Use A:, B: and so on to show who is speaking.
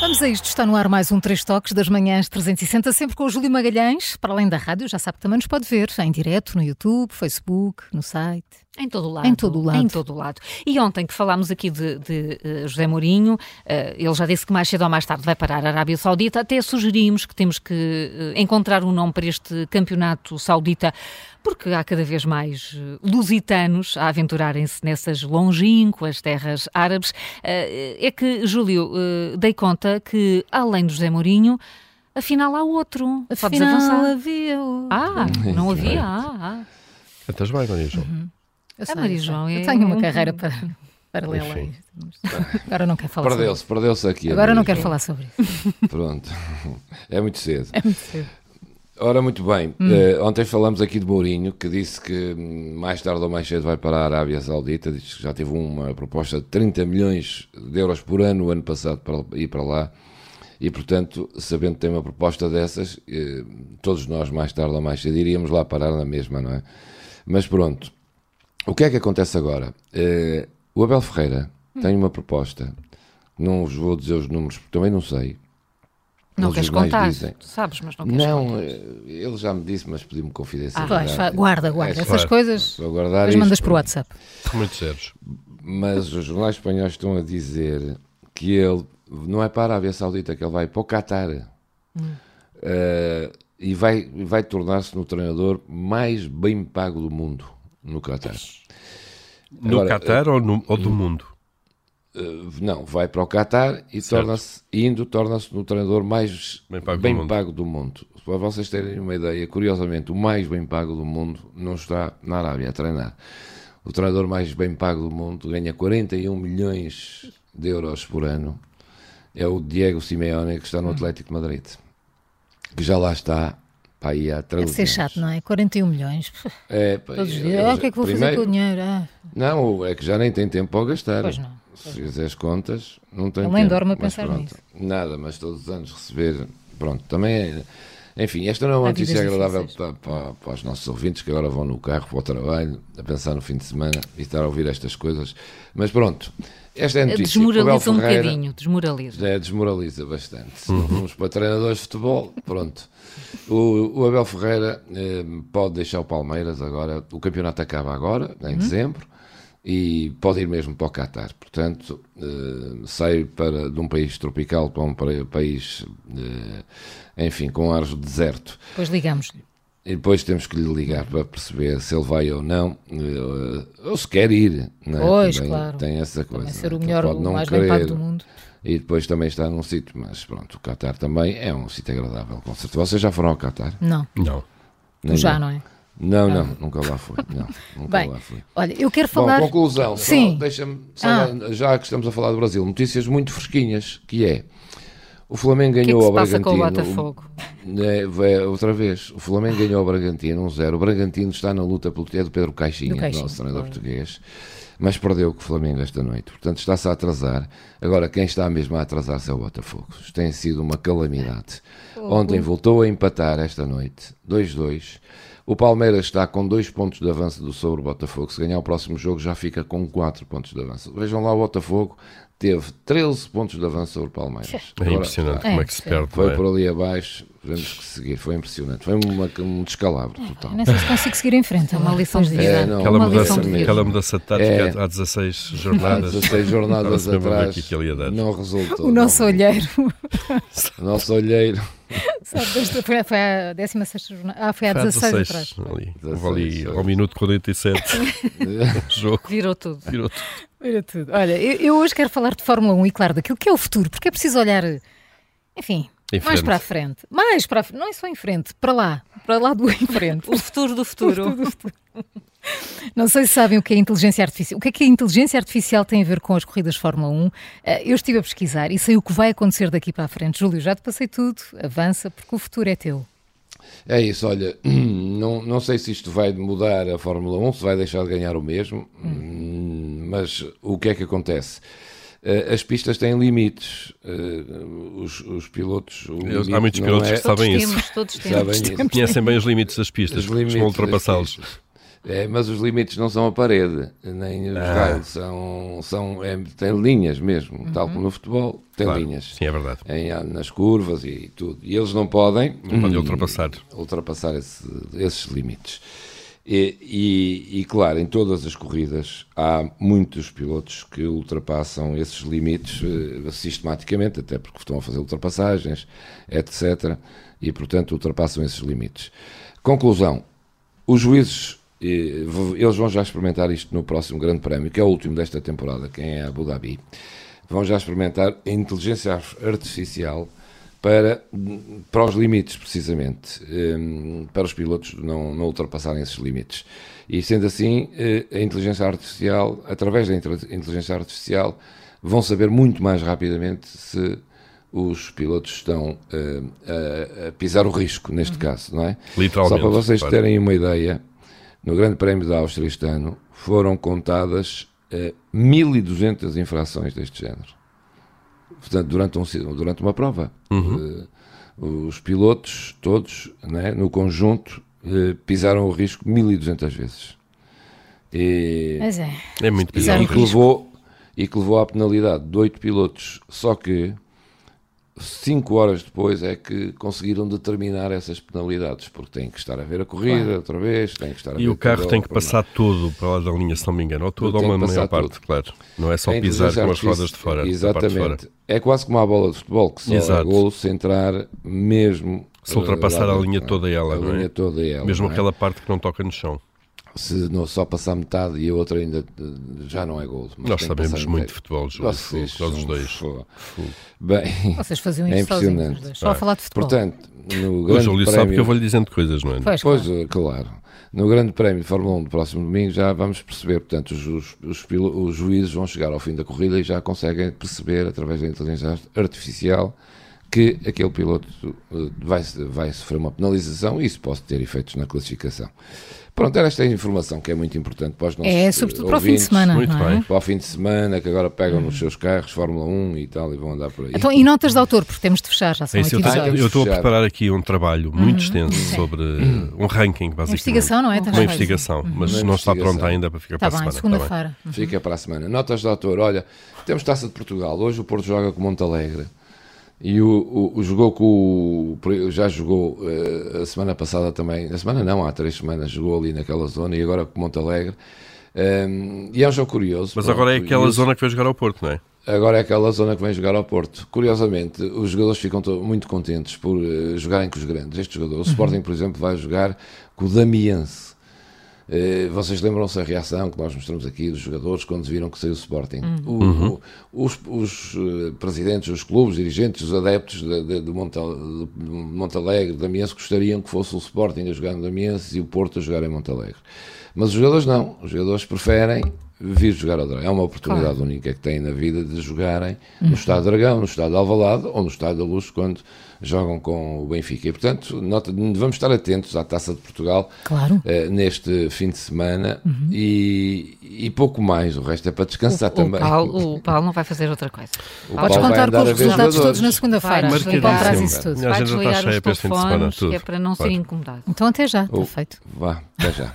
A: Vamos a isto, está no ar mais um Três Toques das Manhãs 360, sempre com o Júlio Magalhães, para além da rádio, já sabe que também nos pode ver em direto no YouTube, Facebook, no site.
B: Em todo o lado.
A: Em todo o lado.
B: Em todo o lado. E ontem que falámos aqui de, de, eh, José Mourinho, eh, ele já disse que mais cedo ou mais tarde vai parar a Arábia Saudita, até sugerimos que temos que eh, encontrar um nome para este campeonato saudita, porque há cada vez mais eh, lusitanos a aventurarem-se nessas longínquas terras árabes. Eh, É que, Júlio, eh, dei conta que, além do José Mourinho, afinal há outro. Podes
A: Afinal, eh,
B: avançar.
A: havia o-
B: Ah, não
C: Isso,
B: havia.
C: é.
B: Ah, ah.
C: Cantas bem, Maria João.
A: Uhum. Eu
B: Ah, Maria
A: eu
B: João,
A: Eu
B: é
A: tenho uma
B: um-
A: carreira para, paralela. a
C: Enfim.
A: isto, mas Agora não quero falar sobre isso.
C: Perdeu-se, perdeu-se aqui. a
A: Agora não
C: Maria
A: quero
C: João.
A: falar sobre isso.
C: Pronto, é muito cedo.
A: É muito cedo.
C: Ora, muito bem,
B: Hum.
C: eh, ontem falamos aqui de Mourinho, que disse que hum, mais tarde ou mais cedo vai para a Arábia Saudita, diz que já teve uma proposta de 30 milhões de euros por ano o ano passado para ir para lá, e portanto, sabendo que tem uma proposta dessas, eh, todos nós mais tarde ou mais cedo iríamos lá parar na mesma, não é? Mas pronto, O que é que acontece agora? Eh, o Abel Ferreira
B: Hum.
C: tem uma proposta. Não vos vou dizer os números, porque também não sei.
B: Não
C: Mas
B: queres
C: os jornais
B: contar,
C: dizem.
B: tu sabes, mas não queres contar.
C: Não, eh, ele já me disse, mas pediu-me
A: Ah, Pois,
C: confidencialidade.
A: fa- guarda, guarda.
C: É,
A: Essas
C: claro.
A: coisas
C: Vou
A: as
C: guardar isto,
A: mandas por WhatsApp.
D: Muitos zeros.
C: Mas os jornais espanhóis estão a dizer que ele não é para a Arábia Saudita, que ele vai para o Qatar.
A: Hum.
C: Eh, e vai, vai tornar-se no treinador mais bem pago do mundo no Qatar.
D: No
C: Agora,
D: Qatar ou, no- ou do mundo?
C: Não, vai para o Qatar e torna-se, indo, torna-se no treinador mais bem,
D: Bem
C: pago,
D: pago do
C: do
D: mundo.
C: mundo. Para vocês terem uma ideia, curiosamente, o mais bem pago do mundo não está na Arábia a treinar. O treinador mais bem pago do mundo ganha 41 milhões de euros por ano. É o Diego Simeone, que está no Atlético de Madrid, que já lá está para aí há três
A: Deve ser
C: anos.
A: chato, não é? 41 milhões.
C: É, pá,
A: Todos os
C: eu-
A: dias.
C: eu-
A: Ah, o que é que vou fazer
C: primeiro-
A: com o dinheiro? Ah,
C: não, é que já nem tem tempo para o gastar.
A: Pois não.
C: Se fizer as contas, não tem
A: Ele
C: tempo.
A: nem dorme a
C: mas
A: pensar
C: pronto.
A: nisso.
C: Nada, mas todos os anos receber. Pronto, também é. Enfim, esta não é uma
A: Há
C: notícia
A: vidas
C: agradável para,
A: difíceis.
C: para- para os nossos ouvintes que agora vão no carro para o trabalho, a pensar no fim de semana e estar a ouvir estas coisas. Mas pronto, esta é a
A: Eh,
C: notícia.
B: Desmoraliza
C: Abel
B: um
C: Ferreira-
B: bocadinho, desmoraliza.
C: é, desmoraliza bastante. Se
A: Uhum.
C: não Vamos para treinadores de futebol, pronto. O, o Abel Ferreira eh, pode deixar o Palmeiras agora. O campeonato acaba agora, em
A: Uhum.
C: dezembro, e pode ir mesmo para o Qatar. Portanto, eh, sai para, de um país tropical para um pra- país, eh, enfim, com ar de deserto.
A: depois ligamos.
C: E depois temos que lhe ligar para perceber se ele vai ou não, eh, ou se quer ir. Não é?
A: Pois,
C: Também
A: claro.
C: Tem essa coisa.
A: Vai ser
C: não
A: o
C: é?
A: melhor,
C: Pode
A: o
C: não
A: mais bem pago
C: querer.
A: do mundo.
C: E depois também está num sítio, mas pronto, o Qatar também é um sítio agradável, com certeza. Vocês já foram ao Qatar?
A: Não,
D: Não.
A: tu já, não é?
C: Não, não, nunca lá fui. Não, nunca
A: Bem,
C: lá fui.
A: Olha, eu quero falar.
C: Bom, conclusão. só
A: Sim.
C: Deixa-me, só
A: Ah.
C: dar- já que estamos a falar do Brasil, notícias muito fresquinhas, que é o Flamengo
B: O que é
C: ganhou
B: que se
C: ao
B: passa com o
C: Bragantino.
B: Botafogo?
C: É, é, outra vez, o Flamengo ganhou ao Bragantino 1-0. o Bragantino está na luta pelo é do Pedro Caixinha,
A: Do Caixinha,
C: nosso treinador
A: claro.
C: português, mas perdeu com o Flamengo esta noite. Portanto, está-se a atrasar. Agora, quem está mesmo a atrasar-se é o Botafogo. Isto Tem sido uma calamidade.
A: Oh,
C: Ontem voltou a empatar esta noite, 2-2. O Palmeiras está com dois pontos de avanço do sobre o Botafogo. Se ganhar o próximo jogo, já fica com quatro pontos de avanço. Vejam lá, o Botafogo teve 13 pontos de avanço sobre o Palmeiras.
D: É
C: Agora-
D: impressionante como é que se perde.
C: foi
D: não é?
C: por ali abaixo, tivemos que seguir, foi impressionante. Foi uma- um descalabro
A: Eu
C: total.
A: É, Nem sei se consigo seguir em frente.
B: É uma lição de vida.
C: É, não,
D: Aquela
B: uma
D: mudança,
B: lição de vida.
D: aquela mudança de tática
C: É.
D: há 16
C: Há
D: jornadas.
C: 16 jornadas
D: Estava-se a ver
C: atrás
D: aqui que ele ia dar.
C: não resultou.
A: O nosso
C: não.
A: olheiro.
C: O nosso olheiro.
A: Sabe, desde- foi, foi a 16 jornada. Ah, foi a
D: Há
A: 16 atrás.
D: 16, ali. Houve ali
C: 16.
D: ao minuto 47 jogo.
B: Virou tudo.
D: Virou
A: Era um tudo. Olha, eu, eu hoje quero falar de Fórmula 1 e, claro, daquilo que é o futuro, porque é preciso olhar, enfim,
D: Em
A: Mais
D: frente.
A: para a frente. Mais para a frente. Não é só em frente. Para lá. Para lá do em frente.
B: O futuro do futuro.
A: Não sei se sabem o que é inteligência artificial. O que é que a inteligência artificial tem a ver com as corridas Fórmula 1? Eh, Eu estive a pesquisar e sei o que vai acontecer daqui para a frente. Júlio, já te passei tudo. Avança, porque o futuro é teu.
C: É isso, olha, não, não sei se isto vai mudar a Fórmula 1, se vai deixar de ganhar o mesmo, hum, mas o que é que acontece? Eh, As pistas têm limites, eh, os, os pilotos. o
D: Eles- há
C: limite
D: muitos
C: não
D: pilotos
C: é-
D: que
B: todos
D: Sabem isso.
B: temos, todos temos.
C: sabem isso.
D: Conhecem bem os limites das
C: Os
D: pistas,
C: limites
D: costumam
C: das
D: ultrapassá-los.
C: pistas. É, mas os limites não são a parede, nem os
D: Ah.
C: raios, são, são é, tem linhas mesmo, tal como no futebol, tem
D: Claro,
C: linhas.
D: Sim, é verdade.
C: Em- nas curvas e tudo. E eles não podem,
D: Não podem
C: hum,
D: ultrapassar.
C: ultrapassar esse- esses limites. E, e- e, claro, em todas as corridas há muitos pilotos que ultrapassam esses limites eh, sistematicamente, até porque estão a fazer ultrapassagens, etc. E, portanto, ultrapassam esses limites. Conclusão: os juízes, eh, v- eles vão já experimentar isto no próximo Grande Prémio, que é o último desta temporada, que é Abu Dhabi. Vão já experimentar a inteligência ar- artificial para, para os limites, precisamente, eh, para os pilotos não, não ultrapassarem esses limites. E sendo assim, eh, a inteligência artificial, através da intra- inteligência artificial, vão saber muito mais rapidamente se os pilotos estão eh, a, a pisar o risco, neste caso, não é?
D: Literalmente,
C: Só para vocês
D: claro.
C: terem uma ideia, no Grande Prémio da Áustria este ano foram contadas eh, 1.200 infrações deste género. Portanto, durante, um si- durante uma prova, eh, os pilotos todos, né, no conjunto, eh, pisaram o risco 1.200 vezes. E,
A: Mas é.
D: É muito
C: e,
A: Pisaram
D: bizarro.
A: o
C: e que levou, e que levou à penalidade de oito pilotos. Só que cinco horas depois é que conseguiram determinar essas penalidades, porque têm que estar a ver a corrida outra vez, têm que estar a
D: E
C: ver
D: o carro
C: tudo
D: tem que
C: outra
D: passar todo para lá da linha, se não me engano, ou todo
C: Tem
D: ou
C: que
D: uma
C: passar
D: maior parte,
C: tudo.
D: claro. Não é só
C: A
D: pisar
C: inteligência
D: com as
C: artifici-
D: rodas de fora. da parte de fora.
C: Exatamente. É quase como a bola de futebol, que só é
D: Exato.
C: gol se entrar mesmo.
D: Se ultrapassar
C: eh,
D: a
C: lá-
D: linha toda ela,
C: a
D: não é?
C: linha toda ela.
D: Mesmo
C: não é?
D: aquela parte que não toca no chão.
C: Se não, só passar metade e a outra ainda eh, já não é gol. mas
D: Nós
C: tem que
D: sabemos
C: passar
D: muito
C: inteiro.
D: de futebol, Júlio.
C: Vocês
D: Nós os
C: são
D: dois.
C: fogo. um Bem,
A: Vocês faziam
C: É
A: isso sozinhos, os
C: impressionante.
A: dois. Só a falar de futebol.
C: portanto, no
D: O
C: grande
D: Júlio
C: prémio...
D: sabe que eu vou-lhe dizendo coisas, não é?
A: Pois,
C: Pois,
A: claro.
C: eh, claro. No Grande Prémio de Fórmula 1 do próximo domingo já vamos perceber, portanto, os, os, os pilo- os juízes vão chegar ao fim da corrida e já conseguem perceber, através da inteligência art- artificial, que aquele piloto eh, vai, se- vai sofrer uma penalização e isso pode ter efeitos na classificação. Pronto, era esta informação que é muito importante para os nossos
A: É,
C: eh,
A: sobretudo para o fim de
C: ouvintes,
A: semana,
D: Muito
A: não é?
D: bem.
C: Para o fim de semana, que agora pegam nos seus carros, Fórmula 1 e tal, e vão andar por aí.
A: Então, e notas de autor, porque temos de fechar, já são
D: É isso, eu,
A: oito
D: tenho-
C: episódio.
A: episódios.
D: eu estou a
C: Fechar.
D: preparar aqui um trabalho
A: Uhum.
D: muito extenso sobre uh, um ranking, basicamente.
A: Investigação, não é? Estás
D: Uma
A: a fazer.
D: investigação, mas
C: Uma
D: não está
C: investigação.
D: pronta ainda para ficar
A: Está
D: para
A: Tá bem,
D: a semana. está bem.
A: segunda-feira.
C: Uhum. Fica para a semana. Notas do autor. Olha, temos Taça de Portugal. Hoje o Porto joga com Monte Alegre. E o, o- o jogou com o. Já jogou eh, a semana passada também. A semana não, há três semanas jogou ali naquela zona e agora com Monte Alegre. Ehm, e é um jogo curioso.
D: Mas
C: pronto.
D: agora é aquela
C: E o-
D: zona que vai jogar ao Porto, não é?
C: Agora é aquela zona que vem jogar ao Porto. Curiosamente, os jogadores ficam to- muito contentes por eh, jogarem com os grandes. Este
D: Uhum.
C: jogador, o Sporting, por exemplo, vai jogar com o Damiense. Eh, vocês lembram-se da reação que nós mostramos aqui dos jogadores quando viram que saiu o Sporting? O- o- os, os, eh, presidentes, os clubes, dirigentes, os adeptos de, de, do Monte, do Monte Alegre, de Amiens, gostariam que fosse o Sporting a jogar no Amiens e o Porto a jogar em Monte Alegre. Mas os jogadores não. Os jogadores preferem vir jogar ao Dragão. É uma oportunidade única que têm na vida de jogarem no Estado do Dragão, no Estado de Alvalade ou no Estado da Luz quando jogam com o Benfica. E, portanto, nota- vamos estar atentos à Taça de Portugal
A: Claro.
C: eh, neste fim de semana e, e pouco mais. O resto é para descansar
B: O
C: também.
B: Paulo, o Paulo não vai fazer outra coisa.
C: O
B: Paulo
A: Podes
C: Paulo vai
A: contar com
C: andar
A: os
C: a ver
A: resultados todos
C: jogadores.
A: na segunda-feira.
B: Vai,
A: O Paulo traz
B: marcadíssimo.
A: isso tudo.
D: Minha
B: vai
D: agenda está
B: desligar os
D: tá cheia para este fim de semana,
B: telefones, que é
D: tudo.
B: para não ser
D: Claro.
B: incomodado.
A: Então até já, está
C: Oh.
A: feito.
C: Vá, até já.